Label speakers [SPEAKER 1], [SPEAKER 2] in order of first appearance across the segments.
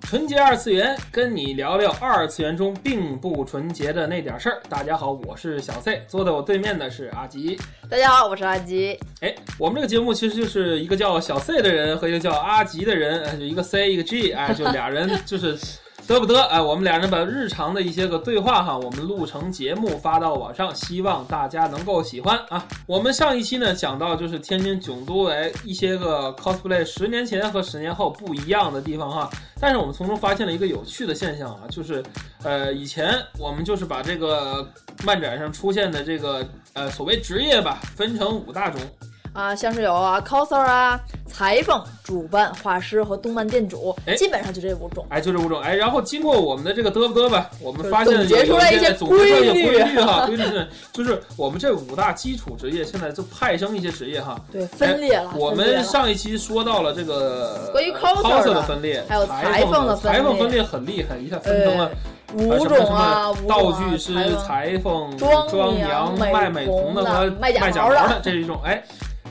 [SPEAKER 1] 纯洁二次元，跟你聊聊二次元中并不纯洁的那点事儿。大家好，我是小 C，坐在我对面的是阿吉。
[SPEAKER 2] 大家好，我是阿吉。
[SPEAKER 1] 哎，我们这个节目其实就是一个叫小 C 的人和一个叫阿吉的人，呃一个 C 一个 G，哎，就俩人就是得不得？哎，我们俩人把日常的一些个对话哈，我们录成节目发到网上，希望大家能够喜欢啊。我们上一期呢讲到就是天津炯都哎一些个 cosplay 十年前和十年后不一样的地方哈，但是我们从中发现了一个有趣的现象啊，就是呃以前我们就是把这个漫展上出现的这个呃所谓职业吧分成五大种。
[SPEAKER 2] 啊，像是有啊，coser 啊，裁缝、主办、画师和动漫店主
[SPEAKER 1] 哎，
[SPEAKER 2] 基本上就这五种。
[SPEAKER 1] 哎，就这五种。哎，然后经过我们的这个嘚不嘚吧，我们发现
[SPEAKER 2] 总结出来
[SPEAKER 1] 有
[SPEAKER 2] 一
[SPEAKER 1] 些
[SPEAKER 2] 些
[SPEAKER 1] 总结出来一些
[SPEAKER 2] 规律啊
[SPEAKER 1] 规律哈，规律是就是我们这五大基础职业现在就派生一些职业哈。
[SPEAKER 2] 对，分裂了。
[SPEAKER 1] 哎我
[SPEAKER 2] 分裂
[SPEAKER 1] 们
[SPEAKER 2] 了
[SPEAKER 1] 上一期说到了这个
[SPEAKER 2] 啊关于
[SPEAKER 1] coser
[SPEAKER 2] coser 的
[SPEAKER 1] 的分裂，
[SPEAKER 2] 还有
[SPEAKER 1] 裁缝
[SPEAKER 2] 裁缝的分
[SPEAKER 1] 裁缝
[SPEAKER 2] 裂
[SPEAKER 1] 分裂很厉害，一下分成了
[SPEAKER 2] 五种啊，
[SPEAKER 1] 什
[SPEAKER 2] 五
[SPEAKER 1] 么道
[SPEAKER 2] 种
[SPEAKER 1] 具师、
[SPEAKER 2] 啊，
[SPEAKER 1] 裁缝、
[SPEAKER 2] 妆
[SPEAKER 1] 妆
[SPEAKER 2] 娘
[SPEAKER 1] 娘、
[SPEAKER 2] 美
[SPEAKER 1] 卖美
[SPEAKER 2] 瞳
[SPEAKER 1] 瞳的
[SPEAKER 2] 的
[SPEAKER 1] 和
[SPEAKER 2] 卖假
[SPEAKER 1] 卖假
[SPEAKER 2] 毛
[SPEAKER 1] 毛
[SPEAKER 2] 的
[SPEAKER 1] 的，这是一种。哎，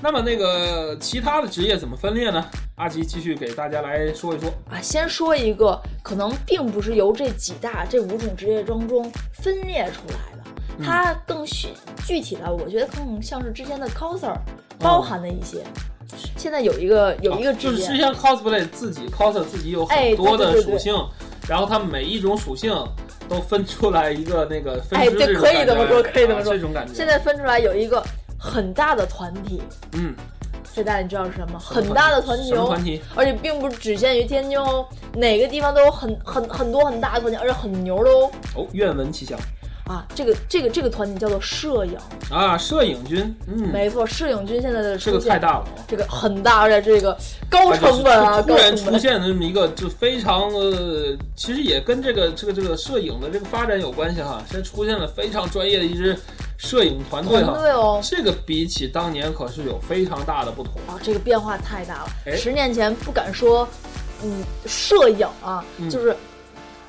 [SPEAKER 1] 那么那个其他的职业怎么分裂呢？阿吉继续给大家来说一说。
[SPEAKER 2] 啊，先说一个，可能并不是由这几大这五种职业当中分裂出来的，
[SPEAKER 1] 嗯
[SPEAKER 2] 它更具具体的，我觉得更像是之前的 coser
[SPEAKER 1] 哦
[SPEAKER 2] 包含的一些。现在有一个有一个
[SPEAKER 1] 啊就
[SPEAKER 2] 职
[SPEAKER 1] 是之，
[SPEAKER 2] 业
[SPEAKER 1] 前 cosplay 自己 coser 自己有
[SPEAKER 2] 哎
[SPEAKER 1] 很多的
[SPEAKER 2] 对对对
[SPEAKER 1] 属性，然后它每一种属性都分出来一个那个分
[SPEAKER 2] 哎
[SPEAKER 1] 支
[SPEAKER 2] 对
[SPEAKER 1] 这种
[SPEAKER 2] 可以
[SPEAKER 1] 感觉
[SPEAKER 2] 这么说可以这么
[SPEAKER 1] 啊
[SPEAKER 2] 说
[SPEAKER 1] 这种感觉。
[SPEAKER 2] 现在分出来有一个很大的团体，
[SPEAKER 1] 嗯，
[SPEAKER 2] 现在你知道是什么？
[SPEAKER 1] 什么
[SPEAKER 2] 很大的团体
[SPEAKER 1] 什么
[SPEAKER 2] 哦
[SPEAKER 1] 团，体？
[SPEAKER 2] 而且并不只限于天津哦，哪个地方都有很很很多很大的团体，而且很牛的哦。
[SPEAKER 1] 哦，愿闻其详
[SPEAKER 2] 啊，这个这个这个团体叫做摄影，
[SPEAKER 1] 啊！摄影君，嗯，
[SPEAKER 2] 没错，摄影军现在的
[SPEAKER 1] 这
[SPEAKER 2] 出
[SPEAKER 1] 个太
[SPEAKER 2] 现，
[SPEAKER 1] 大了啊。
[SPEAKER 2] 这个很大，而且这个高
[SPEAKER 1] 啊
[SPEAKER 2] 成本
[SPEAKER 1] 就是
[SPEAKER 2] 啊，
[SPEAKER 1] 突
[SPEAKER 2] 高
[SPEAKER 1] 然
[SPEAKER 2] 成
[SPEAKER 1] 出
[SPEAKER 2] 本。
[SPEAKER 1] 现的这么一个，就非常呃，其实也跟这个这个这个摄影的这个发展有关系哈。现在出现了非常专业的一支摄影团队
[SPEAKER 2] 团
[SPEAKER 1] 哈，
[SPEAKER 2] 队哦，
[SPEAKER 1] 这个比起当年可是有非常大的不同。
[SPEAKER 2] 啊，这个变化太大了。
[SPEAKER 1] 哎
[SPEAKER 2] 十年前不敢说，嗯，摄影啊，
[SPEAKER 1] 嗯
[SPEAKER 2] 就是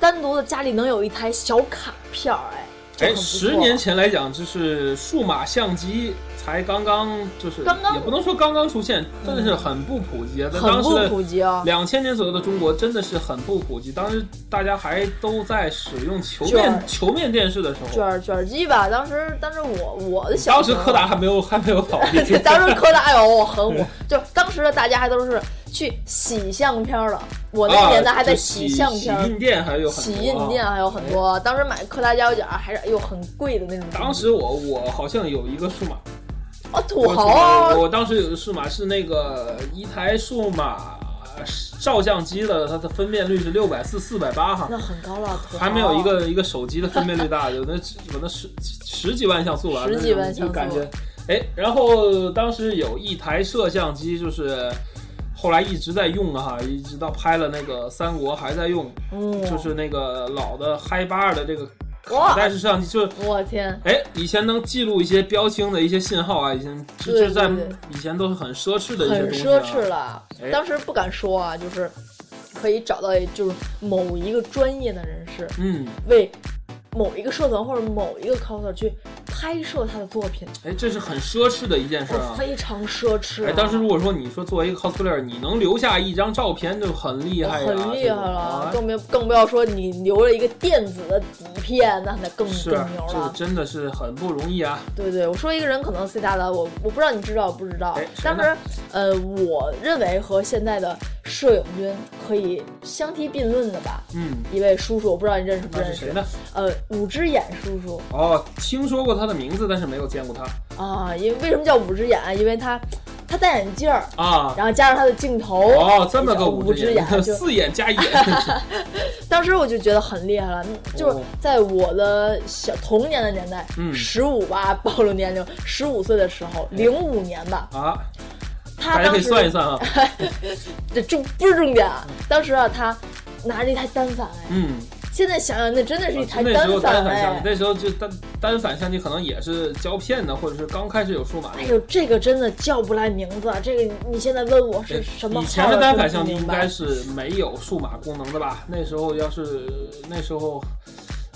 [SPEAKER 2] 单独的家里能有一台小卡片儿，哎，这
[SPEAKER 1] 哎，
[SPEAKER 2] 很不错
[SPEAKER 1] 十年前来讲，就是数码相机才刚刚，就是
[SPEAKER 2] 刚刚
[SPEAKER 1] 也不能说刚刚出现，真的是很不普及啊。在
[SPEAKER 2] 很
[SPEAKER 1] 当
[SPEAKER 2] 不
[SPEAKER 1] 时
[SPEAKER 2] 普及啊。
[SPEAKER 1] 两千年左右的中国，真的是很不普及。当时大家还都在使用球
[SPEAKER 2] 卷
[SPEAKER 1] 面
[SPEAKER 2] 儿
[SPEAKER 1] 球面电视的时候，
[SPEAKER 2] 卷卷机吧，当时当时我我的小
[SPEAKER 1] 当时
[SPEAKER 2] 时候
[SPEAKER 1] 柯达还没有还 没有倒闭。
[SPEAKER 2] 当时柯达有我很我，就当时的大家还都是去洗相片儿了。我那个年代还在
[SPEAKER 1] 啊就
[SPEAKER 2] 洗
[SPEAKER 1] 洗
[SPEAKER 2] 相片儿
[SPEAKER 1] 洗、印店还有很
[SPEAKER 2] 洗
[SPEAKER 1] 多啊
[SPEAKER 2] 印店。还有很多。当时买柯达胶卷儿还是哎呦很贵的那种东西。
[SPEAKER 1] 当时我我好像有一个数码，
[SPEAKER 2] 哦土豪啊
[SPEAKER 1] 我！我当时有一个数码是那个一台数码照相机的，它的分辨率是六百四四百八哈。
[SPEAKER 2] 那很高了，土豪
[SPEAKER 1] 还没有一个一个手机的分辨率大，有那有那十十几万像素吧，
[SPEAKER 2] 十几万
[SPEAKER 1] 那种
[SPEAKER 2] 像素
[SPEAKER 1] 就感觉，哎，然后当时有一台摄像机，就是后来一直在用啊，一直到拍了那个三国还在用，
[SPEAKER 2] 嗯，
[SPEAKER 1] 就是那个老的嗨八二的这个
[SPEAKER 2] 哇
[SPEAKER 1] 卡带式摄像机，就是
[SPEAKER 2] 我天，
[SPEAKER 1] 哎，以前能记录一些标清的一些信号啊，以前这
[SPEAKER 2] 对
[SPEAKER 1] 这在
[SPEAKER 2] 对对
[SPEAKER 1] 以前都是很奢侈的一些
[SPEAKER 2] 很
[SPEAKER 1] 东西、啊，
[SPEAKER 2] 奢侈了
[SPEAKER 1] 哎。
[SPEAKER 2] 当时不敢说啊，就是可以找到就是某一个专业的人士
[SPEAKER 1] 嗯，
[SPEAKER 2] 为某一个社团或者某一个 coser 去拍摄他的作品。
[SPEAKER 1] 哎，这是很奢侈的一件事儿
[SPEAKER 2] 我
[SPEAKER 1] 啊。
[SPEAKER 2] 哦非常奢侈、啊。
[SPEAKER 1] 哎，当时如果说你说作为一个 cosplayer，你能留下一张照片就很厉害、啊，
[SPEAKER 2] 很厉害了
[SPEAKER 1] 了，，啊
[SPEAKER 2] 更没更不要说你留了一个电子的底片，那那更
[SPEAKER 1] 是
[SPEAKER 2] 更牛
[SPEAKER 1] 这个
[SPEAKER 2] 了。
[SPEAKER 1] 真的是很不容易啊。
[SPEAKER 2] 对对，我说一个人可能 C 大的，我我不知道你知道不知道
[SPEAKER 1] 哎。谁呢
[SPEAKER 2] 当时，呃，我认为和现在的摄影君可以相提并论的吧。
[SPEAKER 1] 嗯，
[SPEAKER 2] 一位叔叔，我不知道你认识不
[SPEAKER 1] 那
[SPEAKER 2] 认
[SPEAKER 1] 是
[SPEAKER 2] 识
[SPEAKER 1] 谁？呢？
[SPEAKER 2] 呃，五只眼叔叔
[SPEAKER 1] 哦，听说过他的名字，但是没有见过他
[SPEAKER 2] 啊，因为为什么叫五只眼？啊因为他他戴眼镜儿，
[SPEAKER 1] 啊。
[SPEAKER 2] 然后加上他的镜头，
[SPEAKER 1] 哦，这么个
[SPEAKER 2] 五
[SPEAKER 1] 只
[SPEAKER 2] 只眼就
[SPEAKER 1] 四眼加一 眼，
[SPEAKER 2] 当时我就觉得很厉害了，嗯就是
[SPEAKER 1] 哦
[SPEAKER 2] 在我的小童年的年代啊
[SPEAKER 1] 嗯，
[SPEAKER 2] 十五吧，暴露年龄，十五岁的时候，零五年吧，
[SPEAKER 1] 啊，
[SPEAKER 2] 他
[SPEAKER 1] 大家
[SPEAKER 2] 当
[SPEAKER 1] 可以
[SPEAKER 2] 时
[SPEAKER 1] 算一算啊。
[SPEAKER 2] 这重不是重点啊，当时啊他拿着一台单反哎，
[SPEAKER 1] 嗯，
[SPEAKER 2] 现在想想那真的是一
[SPEAKER 1] 啊
[SPEAKER 2] 台
[SPEAKER 1] 那时候单
[SPEAKER 2] 反
[SPEAKER 1] 反相机
[SPEAKER 2] 哎，，
[SPEAKER 1] 那时候就单单反相机可能也是胶片的，或者是刚开始有数码
[SPEAKER 2] 哎
[SPEAKER 1] 的。
[SPEAKER 2] 呦这个真的叫不来名字啊，这个你现在问我是什么
[SPEAKER 1] 以
[SPEAKER 2] 号
[SPEAKER 1] 前
[SPEAKER 2] 儿
[SPEAKER 1] 的
[SPEAKER 2] 我
[SPEAKER 1] 单
[SPEAKER 2] 真
[SPEAKER 1] 反
[SPEAKER 2] 不
[SPEAKER 1] 相机
[SPEAKER 2] 明
[SPEAKER 1] 应
[SPEAKER 2] 白
[SPEAKER 1] 该是没有数码功能的吧？那时候要是那时候，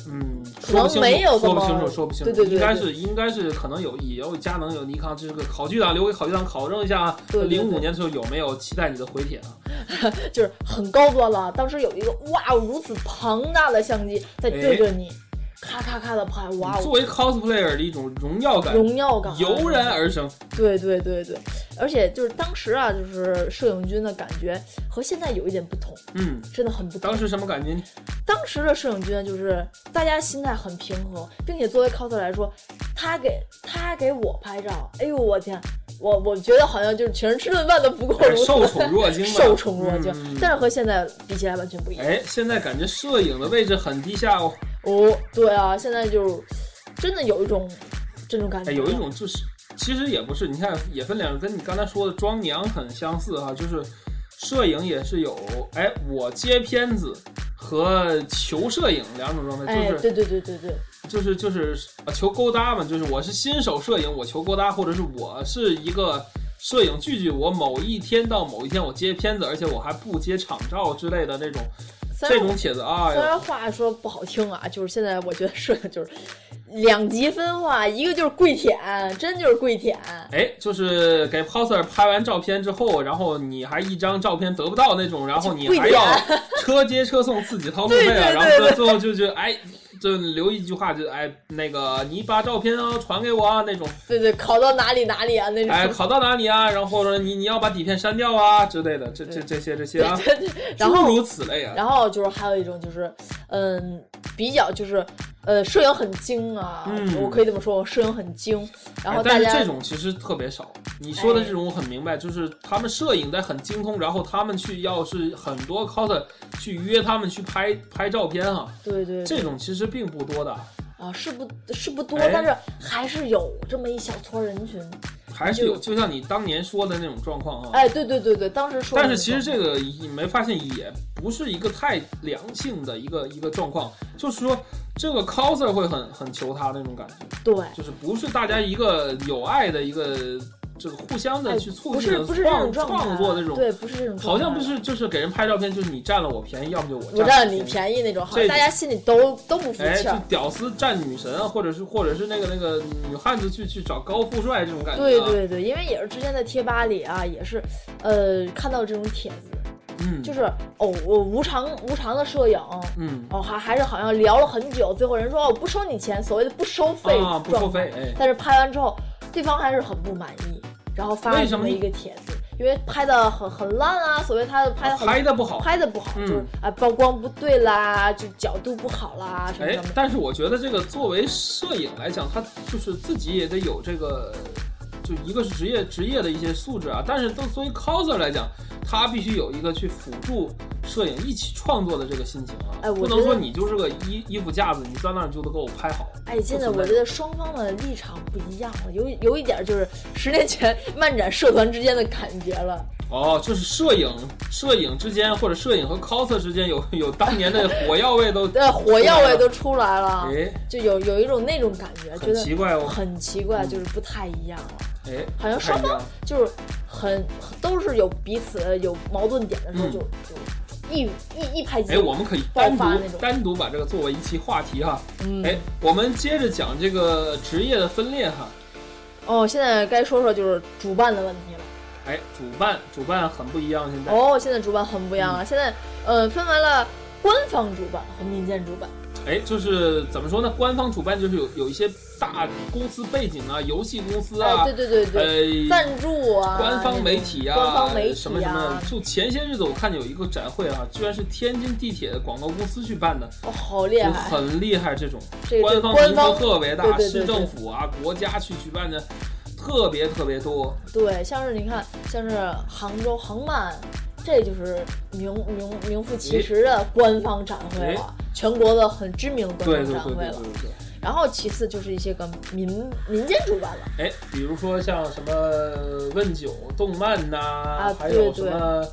[SPEAKER 1] 嗯，
[SPEAKER 2] 可
[SPEAKER 1] 说
[SPEAKER 2] 能
[SPEAKER 1] 不清
[SPEAKER 2] 没有
[SPEAKER 1] 楚，说
[SPEAKER 2] 的
[SPEAKER 1] 不
[SPEAKER 2] 吧
[SPEAKER 1] 清楚，说不清楚。
[SPEAKER 2] 对对对
[SPEAKER 1] 应该
[SPEAKER 2] 对
[SPEAKER 1] 是应该是可能有也有佳能有尼康，这是个考据党，留给考据党考证一下啊。
[SPEAKER 2] 对对对
[SPEAKER 1] 零五年的时候有没有期待你的回帖啊？
[SPEAKER 2] 就是很高端了。当时有一个哇，如此庞大的相机在对着
[SPEAKER 1] 哎
[SPEAKER 2] 你，咔咔咔的拍，哇，哦
[SPEAKER 1] 作为 cosplayer 的一种荣耀感
[SPEAKER 2] 哎荣耀感啊
[SPEAKER 1] 油然。而生。
[SPEAKER 2] 对对对对，而且就是当时啊，就是摄影君的感觉和现在有一点不同，
[SPEAKER 1] 嗯，
[SPEAKER 2] 真的很不同。
[SPEAKER 1] 当时什么感 觉？
[SPEAKER 2] 当时的摄影君就是大家心态很平和，并且作为 coser 来说，他给他给我拍照，哎呦我天，我我觉得好像就是请人吃顿饭都不过如此，
[SPEAKER 1] 受宠若惊吧，
[SPEAKER 2] 受宠若惊。
[SPEAKER 1] 嗯
[SPEAKER 2] 但是和现在比起来完全不一样。
[SPEAKER 1] 哎，现在感觉摄影的位置很低下哦，
[SPEAKER 2] 哦，对啊，现在就是真的有一种这种感觉，
[SPEAKER 1] 哎，有一种就是，其实也不是，你看也分两种，跟你刚才说的装娘很相似哈，就是摄影也是有，哎，我接片子和求摄影两种状态，
[SPEAKER 2] 哎
[SPEAKER 1] 就，是、
[SPEAKER 2] 对对对对对，
[SPEAKER 1] 就是就是啊，求勾搭嘛，就是我是新手摄影，我求勾搭，或者是我是一个。摄影聚聚，我某一天到某一天，我接片子，而且我还不接场照之类的那种
[SPEAKER 2] 虽
[SPEAKER 1] 这
[SPEAKER 2] 然
[SPEAKER 1] 种帖子啊，哎
[SPEAKER 2] 虽
[SPEAKER 1] 呦
[SPEAKER 2] 然话说不好听啊，就是现在我觉得摄影就是两极分化，一个就是跪舔，真就是跪舔，
[SPEAKER 1] 哎，就是给 poser 拍完照片之后，然后你还一张照片得不到那种，然后你还要 车接车送，自己掏路费啊，
[SPEAKER 2] 对对对
[SPEAKER 1] 然后最后就就哎，就留一句话，就哎那个你把照片啊传给我啊那种，
[SPEAKER 2] 对对，考到哪里哪里啊那种。
[SPEAKER 1] 哎考到哪里啊，然后或者你你要把底片删掉啊之类的，这这这些这些啊，
[SPEAKER 2] 对对然后
[SPEAKER 1] 诸如此类啊，
[SPEAKER 2] 然后就是还有一种就是，嗯，比较就是，呃，摄影很精啊，
[SPEAKER 1] 嗯
[SPEAKER 2] 我可以这么说，我摄影很精。然
[SPEAKER 1] 哎
[SPEAKER 2] 后大
[SPEAKER 1] 但是
[SPEAKER 2] 家、
[SPEAKER 1] 这种其实特别少。你说的
[SPEAKER 2] 哎
[SPEAKER 1] 这种我很明白，就是他们摄影在很精通，然后他们去要是很多 coser 去约他们去拍拍照片啊哈、
[SPEAKER 2] 对对对
[SPEAKER 1] 这种其实并不多的，
[SPEAKER 2] 啊是不是不多，
[SPEAKER 1] 哎
[SPEAKER 2] 但是还是有这么一小撮人群。
[SPEAKER 1] 还是有，就像你当年说的那种状况啊。
[SPEAKER 2] 哎，对对对对，当时说的
[SPEAKER 1] 但
[SPEAKER 2] 那
[SPEAKER 1] 是
[SPEAKER 2] 种。
[SPEAKER 1] 其实这个你没发现，也不是一个太良性的一个一个状况，就是说这个 coser 会很很求他那种感觉，
[SPEAKER 2] 对，
[SPEAKER 1] 就是不是大家一个有爱的一个这个互相的
[SPEAKER 2] 哎
[SPEAKER 1] 去促
[SPEAKER 2] 不
[SPEAKER 1] 进
[SPEAKER 2] 是
[SPEAKER 1] 的
[SPEAKER 2] 不是这
[SPEAKER 1] 创
[SPEAKER 2] 种状态啊，
[SPEAKER 1] 创作那种，
[SPEAKER 2] 对，不是这种状态，
[SPEAKER 1] 好像不。是就是给人拍照片，就是你占了我便宜，要么就
[SPEAKER 2] 我
[SPEAKER 1] 我
[SPEAKER 2] 占
[SPEAKER 1] 占
[SPEAKER 2] 你
[SPEAKER 1] 宜。
[SPEAKER 2] 便宜那啊种，好
[SPEAKER 1] 这
[SPEAKER 2] 像
[SPEAKER 1] 种
[SPEAKER 2] 大家心里都都不服
[SPEAKER 1] 哎，
[SPEAKER 2] 气
[SPEAKER 1] 就
[SPEAKER 2] 儿。
[SPEAKER 1] 屌丝占女神啊，或者是或者是那个那个女汉子去去找高富帅这种感觉、啊。
[SPEAKER 2] 对对对，因为也是之前在贴吧里啊，也是，呃，看到这种帖子，
[SPEAKER 1] 嗯，
[SPEAKER 2] 就是哦，我无偿无偿的摄影，
[SPEAKER 1] 嗯
[SPEAKER 2] 哦，还还是好像聊了很久，最后人说哦我不收你钱，所谓的不收费
[SPEAKER 1] 啊，不收
[SPEAKER 2] 状
[SPEAKER 1] 费，
[SPEAKER 2] 态
[SPEAKER 1] 哎，
[SPEAKER 2] 但是拍完之后，对方还是很不满意，然后发
[SPEAKER 1] 为
[SPEAKER 2] 了
[SPEAKER 1] 什
[SPEAKER 2] 这
[SPEAKER 1] 么
[SPEAKER 2] 么
[SPEAKER 1] 呢
[SPEAKER 2] 一个帖子，因为拍的很很烂啊，所谓他的拍的很、
[SPEAKER 1] 拍的不好。
[SPEAKER 2] 拍的不好，
[SPEAKER 1] 嗯
[SPEAKER 2] 就是啊曝光不对啦，就角度不好啦什么
[SPEAKER 1] 哎
[SPEAKER 2] 什么，的。
[SPEAKER 1] 但是我觉得这个作为摄影来讲，他就是自己也得有这个，就一个是职业职业的一些素质啊。但是都作为 coser 来讲，他必须有一个去辅助摄影一起创作的这个心情啊，
[SPEAKER 2] 哎我
[SPEAKER 1] 不
[SPEAKER 2] 觉
[SPEAKER 1] 能
[SPEAKER 2] 得
[SPEAKER 1] 说你就是个衣衣服架子，你在那儿就能给我拍好。
[SPEAKER 2] 哎，现在
[SPEAKER 1] 不存在
[SPEAKER 2] 我觉得双方的立场不一样了，有有一点就是 十年前漫展社团之间的感觉了。
[SPEAKER 1] 哦，就是摄影摄影之间或者摄影和 coser 之间有有当年的火药味 都，
[SPEAKER 2] 呃，火药味都出来了，
[SPEAKER 1] 哎，
[SPEAKER 2] 就有有一种那种感觉，啊觉
[SPEAKER 1] 很
[SPEAKER 2] 得
[SPEAKER 1] 奇怪哦，
[SPEAKER 2] 很奇怪，
[SPEAKER 1] 嗯
[SPEAKER 2] 就是不太一样了。
[SPEAKER 1] 哎，
[SPEAKER 2] 好
[SPEAKER 1] 不太
[SPEAKER 2] 像双
[SPEAKER 1] 一样
[SPEAKER 2] 方就是很很都是有彼此有矛盾点的时候
[SPEAKER 1] 嗯
[SPEAKER 2] 就，就、一一一拍即
[SPEAKER 1] 哎，我
[SPEAKER 2] 合。
[SPEAKER 1] 们可以
[SPEAKER 2] 爆
[SPEAKER 1] 单独
[SPEAKER 2] 发那种
[SPEAKER 1] 单独把这个作为一期话题哈。
[SPEAKER 2] 嗯，
[SPEAKER 1] 哎，我们接着讲这个职业的分裂哈。
[SPEAKER 2] 哦，现在该说说就是主办的问题了。
[SPEAKER 1] 哎，主办主办很不一样，现在、
[SPEAKER 2] 哦，现在主办很不一
[SPEAKER 1] 嗯
[SPEAKER 2] 样了，现在呃分完了官方主办和民间主办。
[SPEAKER 1] 哎，就是怎么说呢？官方主办就是有有一些大公司背景啊，游戏公司啊，
[SPEAKER 2] 哎，对对对对，
[SPEAKER 1] 呃。
[SPEAKER 2] 赞助啊，
[SPEAKER 1] 官方媒体啊，
[SPEAKER 2] 官方媒体啊
[SPEAKER 1] 什么什么，就前些日子我看见有一个展会啊，居然是天津地铁的广告公司去办的，
[SPEAKER 2] 哦，好厉
[SPEAKER 1] 就
[SPEAKER 2] 害！
[SPEAKER 1] 很厉害。这种
[SPEAKER 2] 这个这
[SPEAKER 1] 官
[SPEAKER 2] 个
[SPEAKER 1] 方
[SPEAKER 2] 官
[SPEAKER 1] 名声
[SPEAKER 2] 方
[SPEAKER 1] 特别大，
[SPEAKER 2] 对对对
[SPEAKER 1] 市
[SPEAKER 2] 对
[SPEAKER 1] 政府啊、国家去举办的，特别特别多。
[SPEAKER 2] 对，像是你看，像是杭州杭漫，这就是名名名副其实的官方展会了，全国的很知名的
[SPEAKER 1] 对
[SPEAKER 2] 官方
[SPEAKER 1] 对
[SPEAKER 2] 展
[SPEAKER 1] 对对
[SPEAKER 2] 会
[SPEAKER 1] 对
[SPEAKER 2] 了。
[SPEAKER 1] 对对。
[SPEAKER 2] 然后其次就是一些个民民间主办了，
[SPEAKER 1] 哎，比如说像什么问酒动漫呐、
[SPEAKER 2] 啊
[SPEAKER 1] 还有什
[SPEAKER 2] 对对
[SPEAKER 1] 么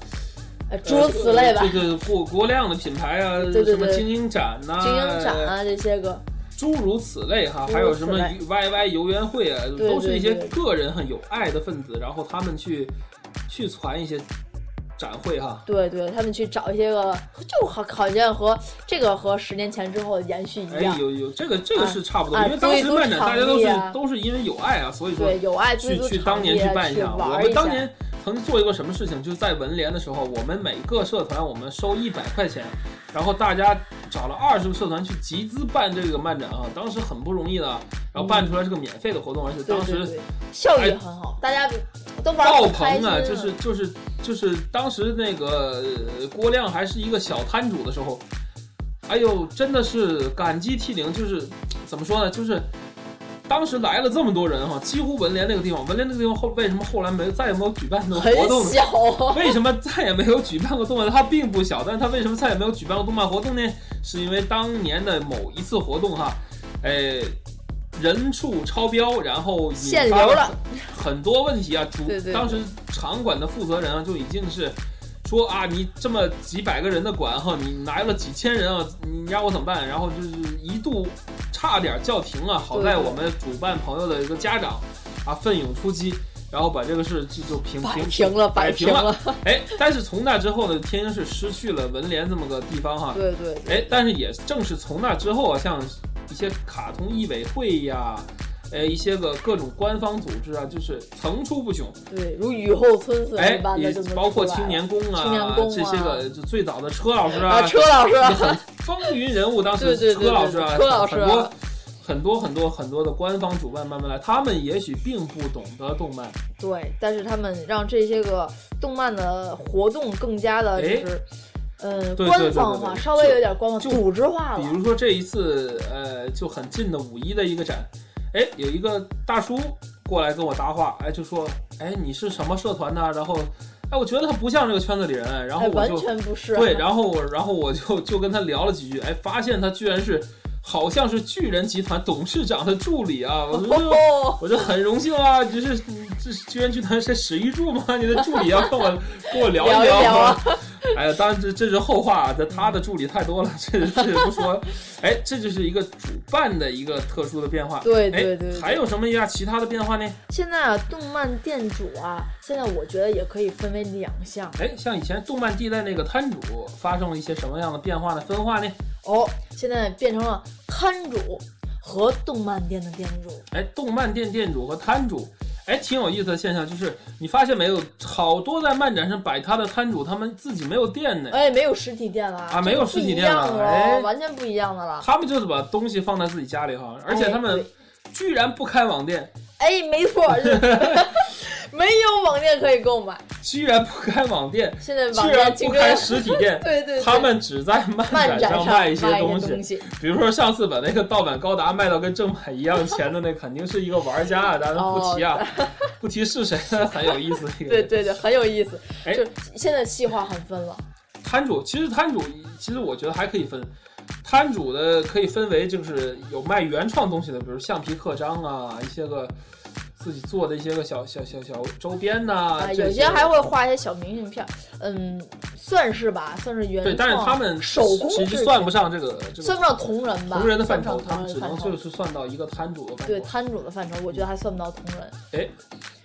[SPEAKER 2] 呃，诸如此类吧
[SPEAKER 1] 呃，这个过国量的品牌啊，
[SPEAKER 2] 对对对
[SPEAKER 1] 什么精英展呐、
[SPEAKER 2] 精英展
[SPEAKER 1] 哎
[SPEAKER 2] 啊这些个，
[SPEAKER 1] 诸如此类哈，
[SPEAKER 2] 诸如此类
[SPEAKER 1] 还有什么 YY 游园会啊，
[SPEAKER 2] 对
[SPEAKER 1] 都是一些
[SPEAKER 2] 对
[SPEAKER 1] 个人很有爱的分子，然后他们去去传一些展会哈。
[SPEAKER 2] 对对，他们去找一些个，就好好像和这个和十年前之后的延续一
[SPEAKER 1] 哎，
[SPEAKER 2] 样，
[SPEAKER 1] 有有这个这个是差不多，
[SPEAKER 2] 啊
[SPEAKER 1] 因为当时漫展大家都是、
[SPEAKER 2] 追逐场地啊
[SPEAKER 1] 都是因为有爱啊，所以说
[SPEAKER 2] 对，有爱
[SPEAKER 1] 去
[SPEAKER 2] 追逐
[SPEAKER 1] 去
[SPEAKER 2] 场
[SPEAKER 1] 当
[SPEAKER 2] 地
[SPEAKER 1] 年去办
[SPEAKER 2] 去
[SPEAKER 1] 下。啊我
[SPEAKER 2] 玩
[SPEAKER 1] 们
[SPEAKER 2] 一
[SPEAKER 1] 当
[SPEAKER 2] 下
[SPEAKER 1] 年曾经做一个什么事情，就是在文联的时候，我们每个社团我们收一百块钱，然后大家找了二十个社团去集资办这个漫展啊，当时很不容易的，然后办出来是个免费的活动，而且
[SPEAKER 2] 对
[SPEAKER 1] 当
[SPEAKER 2] 对
[SPEAKER 1] 时
[SPEAKER 2] 对，效益
[SPEAKER 1] 哎
[SPEAKER 2] 很好，大家都玩
[SPEAKER 1] 爆
[SPEAKER 2] 的开
[SPEAKER 1] 棚
[SPEAKER 2] 心
[SPEAKER 1] 啊，
[SPEAKER 2] 啊，
[SPEAKER 1] 就是就是就是当时那个呃郭亮还是一个小摊主的时候，哎呦，真的是感激涕零，就是怎么说呢，就是。当时来了这么多人哈、几乎文联那个地方，文联那个地方后为什么后来没再也没有举办那种
[SPEAKER 2] 很
[SPEAKER 1] 活动呢？
[SPEAKER 2] 小 啊，
[SPEAKER 1] 为什么再也没有举办过动漫？它并不小，但是它为什么再也没有举办过动漫活动呢？是因为当年的某一次活动哈，哎，人数超标，然后引
[SPEAKER 2] 限
[SPEAKER 1] 发
[SPEAKER 2] 流
[SPEAKER 1] 了
[SPEAKER 2] 了
[SPEAKER 1] 很很多问题啊。主
[SPEAKER 2] 对对对
[SPEAKER 1] 当时场馆的负责人啊就已经是。说啊，你这么几百个人的馆哈，你来了几千人啊，你让我怎么办？然后就是一度差点叫停啊，好在
[SPEAKER 2] 对对
[SPEAKER 1] 我们主办朋友的一个家长啊奋勇出击，然后把这个事就就平
[SPEAKER 2] 摆
[SPEAKER 1] 平
[SPEAKER 2] 平了，
[SPEAKER 1] 摆
[SPEAKER 2] 摆平
[SPEAKER 1] 平了。哎，但是从那之后呢，天津市失去了文联这么个地方哈。
[SPEAKER 2] 对对对，
[SPEAKER 1] 哎，但是也正是从那之后啊，像一些卡通艺委会呀，哎，一些个各种官方组织啊，就是层出不穷。
[SPEAKER 2] 对，如雨后春笋
[SPEAKER 1] 哎
[SPEAKER 2] 一，般
[SPEAKER 1] 也
[SPEAKER 2] 的这么
[SPEAKER 1] 包括
[SPEAKER 2] 出来
[SPEAKER 1] 青年宫啊，
[SPEAKER 2] 青年宫啊
[SPEAKER 1] 这些个就最早的车老师
[SPEAKER 2] 了啊，车老师，
[SPEAKER 1] 就很风云人物。当时
[SPEAKER 2] 对对对对
[SPEAKER 1] 车老师啊，
[SPEAKER 2] 对车老师
[SPEAKER 1] 很
[SPEAKER 2] 啊
[SPEAKER 1] 多很多很多很多的官方主办慢慢来，他们也许并不懂得动漫，
[SPEAKER 2] 对，但是他们让这些个动漫的活动更加的就
[SPEAKER 1] 哎
[SPEAKER 2] 是。嗯，
[SPEAKER 1] 对对对
[SPEAKER 2] 官方
[SPEAKER 1] 对
[SPEAKER 2] 化，
[SPEAKER 1] 对
[SPEAKER 2] 稍微有点官方，
[SPEAKER 1] 就
[SPEAKER 2] 组织化
[SPEAKER 1] 比
[SPEAKER 2] 了。
[SPEAKER 1] 如说这一次，呃，就很近的五一的一个展，哎，有一个大叔过来跟我搭话，哎，就说，哎，你是什么社团呢？然后，哎，我觉得他不像这个圈子里人，然后
[SPEAKER 2] 哎，
[SPEAKER 1] 我
[SPEAKER 2] 完
[SPEAKER 1] 就、
[SPEAKER 2] 全不是。
[SPEAKER 1] 对，然后我然后我就就跟他聊了几句，哎，发现他居然是好像是巨人集团董事长的助理啊，我就。
[SPEAKER 2] 哦，
[SPEAKER 1] 我就很荣幸啊，就是这居然去谈是史玉柱吗？ 你的助理要跟我跟我聊
[SPEAKER 2] 聊一
[SPEAKER 1] 聊
[SPEAKER 2] 聊啊
[SPEAKER 1] 哎呀，当然这这是后话啊，这他的助理太多了， 这这也不说。哎，这就是一个主办的一个特殊的变化。
[SPEAKER 2] 对
[SPEAKER 1] 哎
[SPEAKER 2] 对对对
[SPEAKER 1] 还有什么呀？其他的变化呢？
[SPEAKER 2] 现在啊，动漫店主啊，现在我觉得也可以分为两项
[SPEAKER 1] 哎，像以前动漫地带那个摊主发生了一些什么样的变化呢？分化呢？
[SPEAKER 2] 哦。现在变成了摊主和动漫店的店主，
[SPEAKER 1] 哎，动漫店店主和摊主，哎，挺有意思的现象就是，你发现没有，好多在漫展上摆摊的摊主，他们自己没有店呢。
[SPEAKER 2] 哎，没有实体店了啊
[SPEAKER 1] 没有实体店了
[SPEAKER 2] 了，
[SPEAKER 1] 哎
[SPEAKER 2] 完全不一样的了。
[SPEAKER 1] 他们就是把东西放在自己家里哈，而且他们居然不开网店，
[SPEAKER 2] 哎，没错，就是没有网店可以购买，
[SPEAKER 1] 居然不开网店，
[SPEAKER 2] 现在
[SPEAKER 1] 居
[SPEAKER 2] 网
[SPEAKER 1] 然
[SPEAKER 2] 店
[SPEAKER 1] 不
[SPEAKER 2] 竞
[SPEAKER 1] 开
[SPEAKER 2] 争，
[SPEAKER 1] 实体店，
[SPEAKER 2] 对对对，
[SPEAKER 1] 他们只在
[SPEAKER 2] 漫
[SPEAKER 1] 漫
[SPEAKER 2] 展
[SPEAKER 1] 上
[SPEAKER 2] 上
[SPEAKER 1] 卖一些
[SPEAKER 2] 些
[SPEAKER 1] 东
[SPEAKER 2] 西，
[SPEAKER 1] 西。比如说上次把那个盗版高达卖到跟正版一样钱的那，肯定是一个玩家啊，咱们不提啊，不提是谁，很有意思。这个
[SPEAKER 2] 哦对对对，很有意思。
[SPEAKER 1] 哎
[SPEAKER 2] 就是现在细化很分了，
[SPEAKER 1] 摊主其实摊主其实我觉得还可以分，摊主的可以分为就是有卖原创东西的，比如橡皮刻章啊，一些个自己做的一些个小小小小周边呐、
[SPEAKER 2] 啊，
[SPEAKER 1] 这
[SPEAKER 2] 有些还会画一些小明信片儿，嗯，算是吧，算是原
[SPEAKER 1] 对，但是
[SPEAKER 2] 创
[SPEAKER 1] 他们
[SPEAKER 2] 手工
[SPEAKER 1] 其实
[SPEAKER 2] 制
[SPEAKER 1] 算不上这个这
[SPEAKER 2] 算
[SPEAKER 1] 个
[SPEAKER 2] 不上同人吧，
[SPEAKER 1] 同人的范
[SPEAKER 2] 算
[SPEAKER 1] 畴，
[SPEAKER 2] 不
[SPEAKER 1] 他
[SPEAKER 2] 上
[SPEAKER 1] 们
[SPEAKER 2] 同
[SPEAKER 1] 只
[SPEAKER 2] 人的
[SPEAKER 1] 能
[SPEAKER 2] 范
[SPEAKER 1] 就
[SPEAKER 2] 畴
[SPEAKER 1] 是算到一个摊主的范
[SPEAKER 2] 对
[SPEAKER 1] 畴。
[SPEAKER 2] 摊主的范畴，我觉得还算不到同人，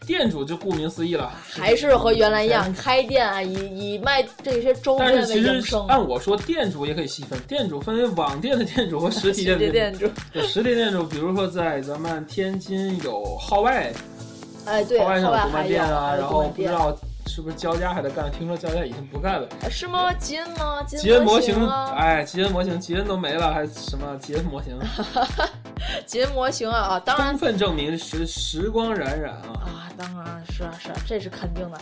[SPEAKER 1] 店主就顾名思义了，
[SPEAKER 2] 啊还是和原来一样。开店啊，以以卖这些周边
[SPEAKER 1] 但是
[SPEAKER 2] 为
[SPEAKER 1] 其
[SPEAKER 2] 营
[SPEAKER 1] 实
[SPEAKER 2] 生。
[SPEAKER 1] 按我说，店主也可以细分，店主分为网店的店主和实体店的
[SPEAKER 2] 这
[SPEAKER 1] 店
[SPEAKER 2] 店主，
[SPEAKER 1] 主。对实体店主，比如说在咱们天津有号外
[SPEAKER 2] 哎，对，
[SPEAKER 1] 后
[SPEAKER 2] 后
[SPEAKER 1] 来有
[SPEAKER 2] 来
[SPEAKER 1] 动漫
[SPEAKER 2] 还
[SPEAKER 1] 店
[SPEAKER 2] 有，
[SPEAKER 1] 啊，
[SPEAKER 2] 还有
[SPEAKER 1] 然
[SPEAKER 2] 动
[SPEAKER 1] 后
[SPEAKER 2] 漫
[SPEAKER 1] 不知
[SPEAKER 2] 店，
[SPEAKER 1] 道是不是焦家还在干，听说焦家已经不干了。
[SPEAKER 2] 啊是吗？吉恩吗？
[SPEAKER 1] 吉恩模
[SPEAKER 2] 模
[SPEAKER 1] 型，
[SPEAKER 2] 啊，
[SPEAKER 1] 哎，吉恩模型，吉恩都没了，还什么吉恩模 型？
[SPEAKER 2] 吉恩模型啊啊，当然
[SPEAKER 1] 充分证明时时光荏苒啊！
[SPEAKER 2] 啊，当然是啊是啊，这是肯定的。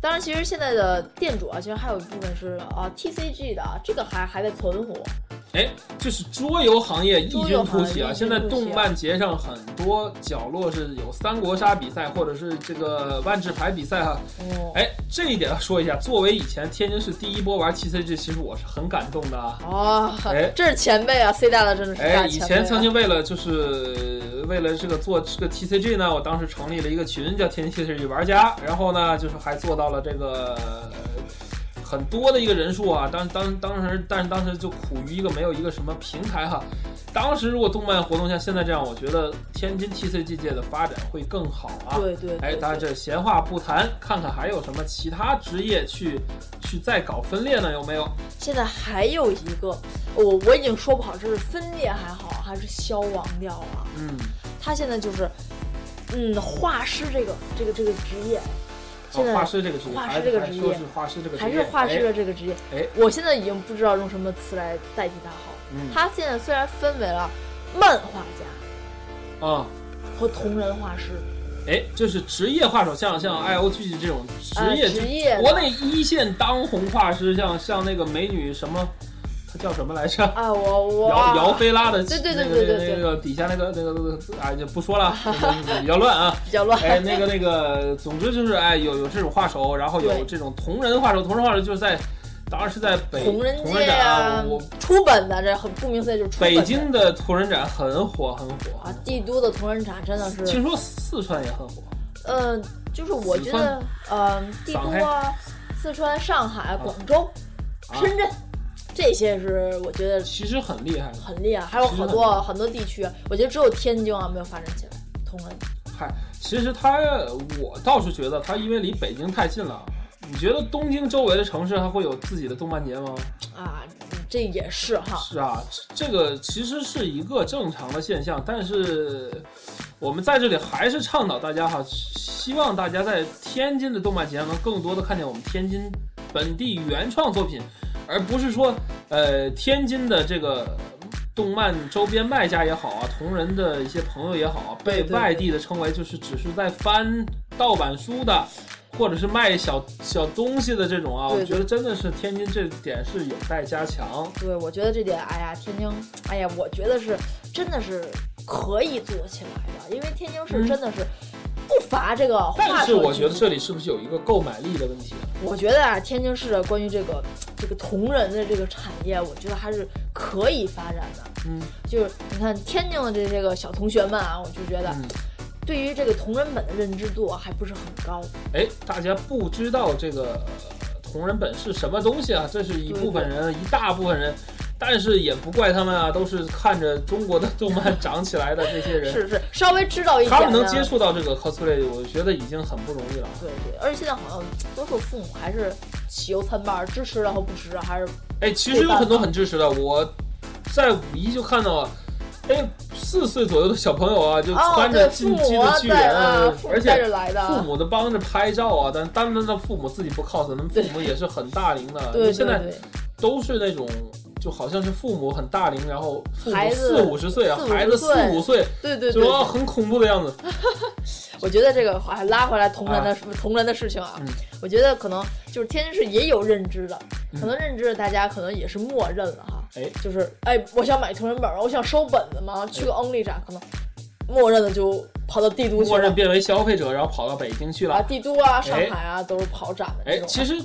[SPEAKER 2] 当然，其啊实现在的店主啊，其实还有一部分是啊 TCG 的，这个还还在存活。
[SPEAKER 1] 哎，就是桌游行业异
[SPEAKER 2] 桌
[SPEAKER 1] 军
[SPEAKER 2] 游
[SPEAKER 1] 突
[SPEAKER 2] 行
[SPEAKER 1] 起
[SPEAKER 2] 业
[SPEAKER 1] 啊！
[SPEAKER 2] 异
[SPEAKER 1] 现
[SPEAKER 2] 军
[SPEAKER 1] 在
[SPEAKER 2] 突
[SPEAKER 1] 动
[SPEAKER 2] 起啊
[SPEAKER 1] 漫节上很多角落是有三国杀比赛，或者是这个万智牌比赛哈、
[SPEAKER 2] 哦，
[SPEAKER 1] 哎，这一点要说一下，作为以前天津市第一波玩 TCG，其实我是很感动的啊。
[SPEAKER 2] 哦
[SPEAKER 1] 哎，
[SPEAKER 2] 这是前辈啊，C 大大真的是
[SPEAKER 1] 哎，
[SPEAKER 2] 大
[SPEAKER 1] 以
[SPEAKER 2] 前辈啊。
[SPEAKER 1] 前曾经为了就是呃为了这个做这个 TCG 呢，我当时成立了一个群，叫天津 TCG 玩家，然后呢，就是还做到了这个。呃很多的一个人数啊，当当当时，但是当时就苦于一个没有一个什么平台哈。当时如果动漫活动像现在这样，我觉得天津 TCG 界的发展会更好啊。
[SPEAKER 2] 对对，
[SPEAKER 1] 哎，
[SPEAKER 2] 对
[SPEAKER 1] 咱这闲话不谈，看看还有什么其他职业去去再搞分裂呢？有没有？
[SPEAKER 2] 现在还有一个，我我已经说不好，这是分裂还好，还是消亡掉了。
[SPEAKER 1] 嗯，
[SPEAKER 2] 他现在就是，嗯，画师这个这个这个职业，现在
[SPEAKER 1] 哦画师这个职业，
[SPEAKER 2] 画师
[SPEAKER 1] 还
[SPEAKER 2] 这个
[SPEAKER 1] 还
[SPEAKER 2] 职
[SPEAKER 1] 说
[SPEAKER 2] 业
[SPEAKER 1] 是画师这个职
[SPEAKER 2] 还
[SPEAKER 1] 业，
[SPEAKER 2] 是画师
[SPEAKER 1] 哎
[SPEAKER 2] 的这个职业，
[SPEAKER 1] 哎
[SPEAKER 2] 我现在已经不知道用什么词来代替他好。
[SPEAKER 1] 嗯
[SPEAKER 2] 他现在虽然分为了漫画家
[SPEAKER 1] 啊，
[SPEAKER 2] 和同人画师，
[SPEAKER 1] 哎，就是职业画手，像像 I O G 这种职业，
[SPEAKER 2] 嗯呃
[SPEAKER 1] 就
[SPEAKER 2] 职业的
[SPEAKER 1] 国内一线当红画师，像像那个美女什么，她叫什么来着？
[SPEAKER 2] 啊，我我
[SPEAKER 1] 姚姚菲拉的，
[SPEAKER 2] 对对
[SPEAKER 1] 那个那
[SPEAKER 2] 对对对
[SPEAKER 1] 个
[SPEAKER 2] 对
[SPEAKER 1] 那个底下那个那个，哎，就不说 了，比较乱啊。
[SPEAKER 2] 比较乱，
[SPEAKER 1] 哎，那个那个，总之就是哎，有有这种画手，然后有
[SPEAKER 2] 对
[SPEAKER 1] 这种同人画手，同人画手就是在，当然是在北
[SPEAKER 2] 同人界
[SPEAKER 1] 展啊
[SPEAKER 2] 呀、
[SPEAKER 1] 我
[SPEAKER 2] 出本的这很顾名思义就是出本
[SPEAKER 1] 北
[SPEAKER 2] 的
[SPEAKER 1] 京的同人展很火很火
[SPEAKER 2] 啊，帝都的同人展真的是，
[SPEAKER 1] 听说四川也很火，
[SPEAKER 2] 嗯、就是我觉
[SPEAKER 1] 四川
[SPEAKER 2] 得，嗯、帝都啊，四川、上海、广州、
[SPEAKER 1] 啊
[SPEAKER 2] 深圳，这些是我觉得
[SPEAKER 1] 其实很厉害。
[SPEAKER 2] 很厉害，还有好多很多地区，我觉得只有天津啊没有发展起来同人。
[SPEAKER 1] 嗨，其实他我倒是觉得他因为离北京太近了。你觉得东京周围的城市还会有自己的动漫节吗？
[SPEAKER 2] 啊，这也是哈，
[SPEAKER 1] 是啊，这这个其实是一个正常的现象，但是我们在这里还是倡导大家哈，希望大家在天津的动漫节上能更多的看见我们天津本地原创作品，而不是说呃天津的这个动漫周边卖家也好啊，同人的一些朋友也好啊，被
[SPEAKER 2] 对对
[SPEAKER 1] 外地的称为就是只是在翻盗版书的。或者是卖小小东西的这种啊，
[SPEAKER 2] 对
[SPEAKER 1] 我
[SPEAKER 2] 对
[SPEAKER 1] 觉得真的是天津这点是有待加强。
[SPEAKER 2] 对，我觉得这点，哎呀，天津，哎呀，我觉得是真的是可以做起来的，因为天津
[SPEAKER 1] 嗯
[SPEAKER 2] 市真的是不乏这个话
[SPEAKER 1] 但是
[SPEAKER 2] 术
[SPEAKER 1] 我
[SPEAKER 2] 集
[SPEAKER 1] 觉得这里是不是有一个购买力的问题？
[SPEAKER 2] 我觉得啊，天津市关于这个这个同人的这个产业，我觉得还是可以发展的。
[SPEAKER 1] 嗯
[SPEAKER 2] 就是你看天津的这些个小同学们啊，我就觉得
[SPEAKER 1] 嗯，
[SPEAKER 2] 对于这个同人本的认知度啊还不是很高。
[SPEAKER 1] 哎，大家不知道这个呃同人本是什么东西啊？这是一部分人，一大部分人，但是也不怪他们啊，都是看着中国的动漫长起来的这些人，
[SPEAKER 2] 是是，稍微知道一点啊
[SPEAKER 1] 他
[SPEAKER 2] 呢，
[SPEAKER 1] 们能接触到这个 cosplay，我觉得已经很不容易了。
[SPEAKER 2] 对对，而且现在好像多数父母还是喜忧参半，支持然啊后不支持，还是
[SPEAKER 1] 哎，其实有很多很支持的，我在五一就看到了。哎，四岁左右的小朋友啊，就
[SPEAKER 2] 哦，
[SPEAKER 1] 穿着
[SPEAKER 2] 对，
[SPEAKER 1] 进
[SPEAKER 2] 父
[SPEAKER 1] 击
[SPEAKER 2] 母
[SPEAKER 1] 的
[SPEAKER 2] 啊
[SPEAKER 1] 巨
[SPEAKER 2] 带
[SPEAKER 1] 人，
[SPEAKER 2] 啊，父母
[SPEAKER 1] 而且
[SPEAKER 2] 带着来的，
[SPEAKER 1] 父母的帮着拍照啊，但当然的父母自己不 cos，那父母也是很大龄的，因
[SPEAKER 2] 对
[SPEAKER 1] 为
[SPEAKER 2] 对
[SPEAKER 1] 啊现在
[SPEAKER 2] 对，
[SPEAKER 1] 都是那种就好像是父母很大龄，然后父母
[SPEAKER 2] 孩子
[SPEAKER 1] 四五十岁啊
[SPEAKER 2] 四五，十
[SPEAKER 1] 孩子四
[SPEAKER 2] 岁
[SPEAKER 1] 五岁，
[SPEAKER 2] 对对
[SPEAKER 1] 就
[SPEAKER 2] 对
[SPEAKER 1] 说啊
[SPEAKER 2] 对。
[SPEAKER 1] 很恐怖的样子。
[SPEAKER 2] 我觉得这个还拉回来同人的、同人的事情啊，
[SPEAKER 1] 嗯
[SPEAKER 2] 我觉得可能就是天津市也有认知的，可能认知的大家可能也是默认了哈，
[SPEAKER 1] 哎
[SPEAKER 2] 就是哎，我想买同人本儿，我想收本子嘛，去个 only 展，可能默认的就跑到帝都去
[SPEAKER 1] 默认
[SPEAKER 2] 了
[SPEAKER 1] 变为消费者，然后跑到北京去
[SPEAKER 2] 啊，
[SPEAKER 1] 了。
[SPEAKER 2] 帝都啊、上海啊、都是跑展的
[SPEAKER 1] 哎
[SPEAKER 2] 这，种。
[SPEAKER 1] 其实。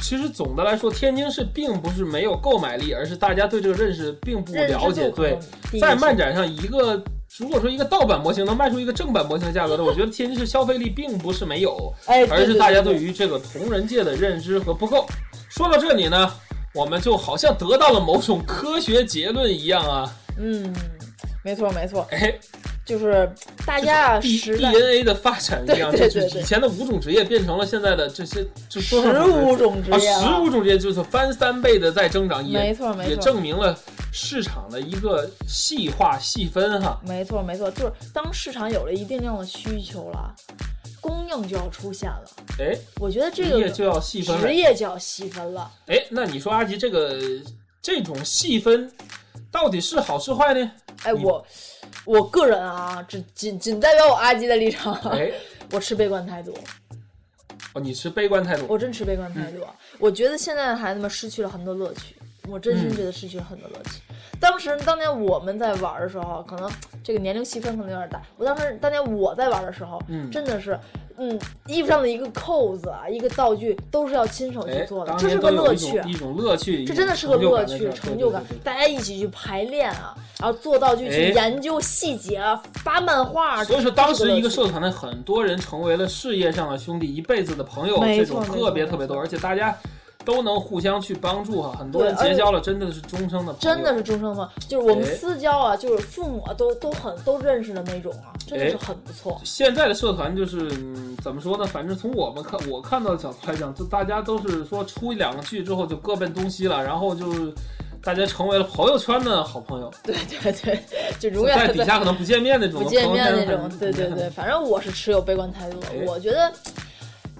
[SPEAKER 1] 其实总的来说，天津市并不是没有购买力，而是大家对这个认识并不
[SPEAKER 2] 认知
[SPEAKER 1] 了解。
[SPEAKER 2] 度可
[SPEAKER 1] 对
[SPEAKER 2] 能，低一
[SPEAKER 1] 在
[SPEAKER 2] 些
[SPEAKER 1] 漫展上，一个如果说一个盗版模型能卖出一个正版模型的价格的，我觉得天津市消费力并不是没有。
[SPEAKER 2] 哎，
[SPEAKER 1] 而是大家对
[SPEAKER 2] 于
[SPEAKER 1] 于这个同人界的认知和不够。说到这里呢，我们就好像得到了某种科学结论一样啊，
[SPEAKER 2] 嗯，没错没错，
[SPEAKER 1] 哎，
[SPEAKER 2] 就是大家啊，
[SPEAKER 1] D
[SPEAKER 2] 时代
[SPEAKER 1] DNA 的发展一样，
[SPEAKER 2] 对对
[SPEAKER 1] 就是
[SPEAKER 2] 对对
[SPEAKER 1] 以前的五种职业变成了现在的这些，就
[SPEAKER 2] 十
[SPEAKER 1] 多少种职业
[SPEAKER 2] 五种职
[SPEAKER 1] 啊，
[SPEAKER 2] 业了，
[SPEAKER 1] 十五种职业就是翻三倍的在增长，
[SPEAKER 2] 没
[SPEAKER 1] 也
[SPEAKER 2] 错没
[SPEAKER 1] 也
[SPEAKER 2] 错。
[SPEAKER 1] 证明了市场的一个细化细分哈。
[SPEAKER 2] 没错，没错，就是当市场有了一定量的需求了，供应就要出现了。
[SPEAKER 1] 哎，
[SPEAKER 2] 我觉得这
[SPEAKER 1] 职业
[SPEAKER 2] 个
[SPEAKER 1] 就要细分了
[SPEAKER 2] 职。业就要细分了。
[SPEAKER 1] 哎，那你说阿吉这个这种细分到底是好是 坏呢？
[SPEAKER 2] 哎，
[SPEAKER 1] 你
[SPEAKER 2] 我我个人啊，只仅仅代表我阿基的立场，
[SPEAKER 1] 哎，
[SPEAKER 2] 我持悲观态度，
[SPEAKER 1] 哦，你持悲观态度。
[SPEAKER 2] 我真
[SPEAKER 1] 嗯
[SPEAKER 2] 持悲观态度啊。我觉得现在的孩子们失去了很多乐趣，我真心觉得失去了很多乐趣。当时当年我们在玩的时候，可能这个年龄细分可能有点大。我当时当年我在玩的时候，
[SPEAKER 1] 嗯
[SPEAKER 2] 真的是，嗯，衣服上的一个扣子啊，一个道具都是要亲手去
[SPEAKER 1] 哎
[SPEAKER 2] 做，的，
[SPEAKER 1] 当
[SPEAKER 2] 这是
[SPEAKER 1] 年
[SPEAKER 2] 个
[SPEAKER 1] 都有
[SPEAKER 2] 乐
[SPEAKER 1] 一种
[SPEAKER 2] 趣。
[SPEAKER 1] 一种乐趣，
[SPEAKER 2] 这
[SPEAKER 1] 一
[SPEAKER 2] 真的
[SPEAKER 1] 种
[SPEAKER 2] 是个乐趣，
[SPEAKER 1] 成
[SPEAKER 2] 成就感
[SPEAKER 1] 感在这儿。对对对对
[SPEAKER 2] 大家一起去排练啊，然后做道具去
[SPEAKER 1] 哎
[SPEAKER 2] 研究细节啊，发漫画啊。
[SPEAKER 1] 所以说，当时一个
[SPEAKER 2] 这是乐趣
[SPEAKER 1] 社团的很多人成为了事业上的兄弟，一辈子的朋友，
[SPEAKER 2] 没
[SPEAKER 1] 这
[SPEAKER 2] 错
[SPEAKER 1] 种特别
[SPEAKER 2] 没
[SPEAKER 1] 特
[SPEAKER 2] 错
[SPEAKER 1] 别多，
[SPEAKER 2] 没错
[SPEAKER 1] 而且大家都能互相去帮助哈。很多人
[SPEAKER 2] 对而且
[SPEAKER 1] 结交了，真的是终生的朋友。
[SPEAKER 2] 真的是终生吗？就是我们
[SPEAKER 1] 哎
[SPEAKER 2] 私交啊，就是父母啊都都很都认识的那种啊，真的是
[SPEAKER 1] 哎
[SPEAKER 2] 很不错。
[SPEAKER 1] 现在的社团就是、嗯、怎么说呢？反正从我们看我看到的角度来讲，就大家都是说出一两个剧之后就各奔东西了，然后就是大家成为了朋友圈的好朋友，
[SPEAKER 2] 对 对对，就永远
[SPEAKER 1] 在
[SPEAKER 2] 的
[SPEAKER 1] 底下可能不见面那种，
[SPEAKER 2] 不见面
[SPEAKER 1] 朋友
[SPEAKER 2] 那
[SPEAKER 1] 圈很
[SPEAKER 2] 种。对对对，，反正我是持有悲观态度的
[SPEAKER 1] 哎。
[SPEAKER 2] 我觉得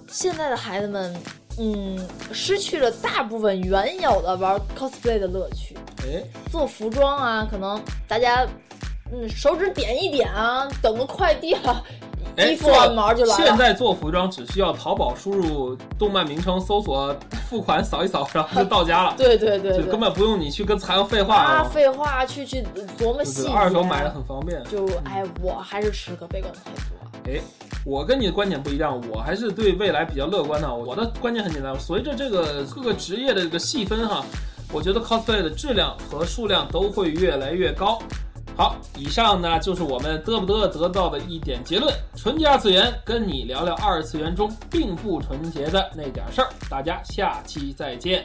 [SPEAKER 2] 现在的孩子们，嗯，失去了大部分原有的玩 cosplay 的乐趣。
[SPEAKER 1] 哎，
[SPEAKER 2] 做服装啊，可能大家嗯手指点一点啊，等个快递啊，
[SPEAKER 1] 哎
[SPEAKER 2] 衣服啊
[SPEAKER 1] 做
[SPEAKER 2] 毛就来了。
[SPEAKER 1] 现在做服装只需要淘宝输入动漫名称，搜索付款扫一扫，然后就到家了，
[SPEAKER 2] 对对对
[SPEAKER 1] 就
[SPEAKER 2] 对，
[SPEAKER 1] 根本不用你去跟采购废话
[SPEAKER 2] 啊，
[SPEAKER 1] 啊，
[SPEAKER 2] 废话去去琢磨
[SPEAKER 1] 就
[SPEAKER 2] 细
[SPEAKER 1] 是
[SPEAKER 2] 啊节。
[SPEAKER 1] 二手买的很方便。
[SPEAKER 2] 就哎，我还是持个悲观态度啊。
[SPEAKER 1] 哎我跟你的观点不一样，我还是对未来比较乐观的。我的观念很简单，随着这个各个职业的这个细分哈，我觉得 cosplay 的质量和数量都会越来越高。好，以上呢就是我们得不得得到的一点结论：纯洁二次元，跟你聊聊二次元中并不纯洁的那点事儿。大家下期再见。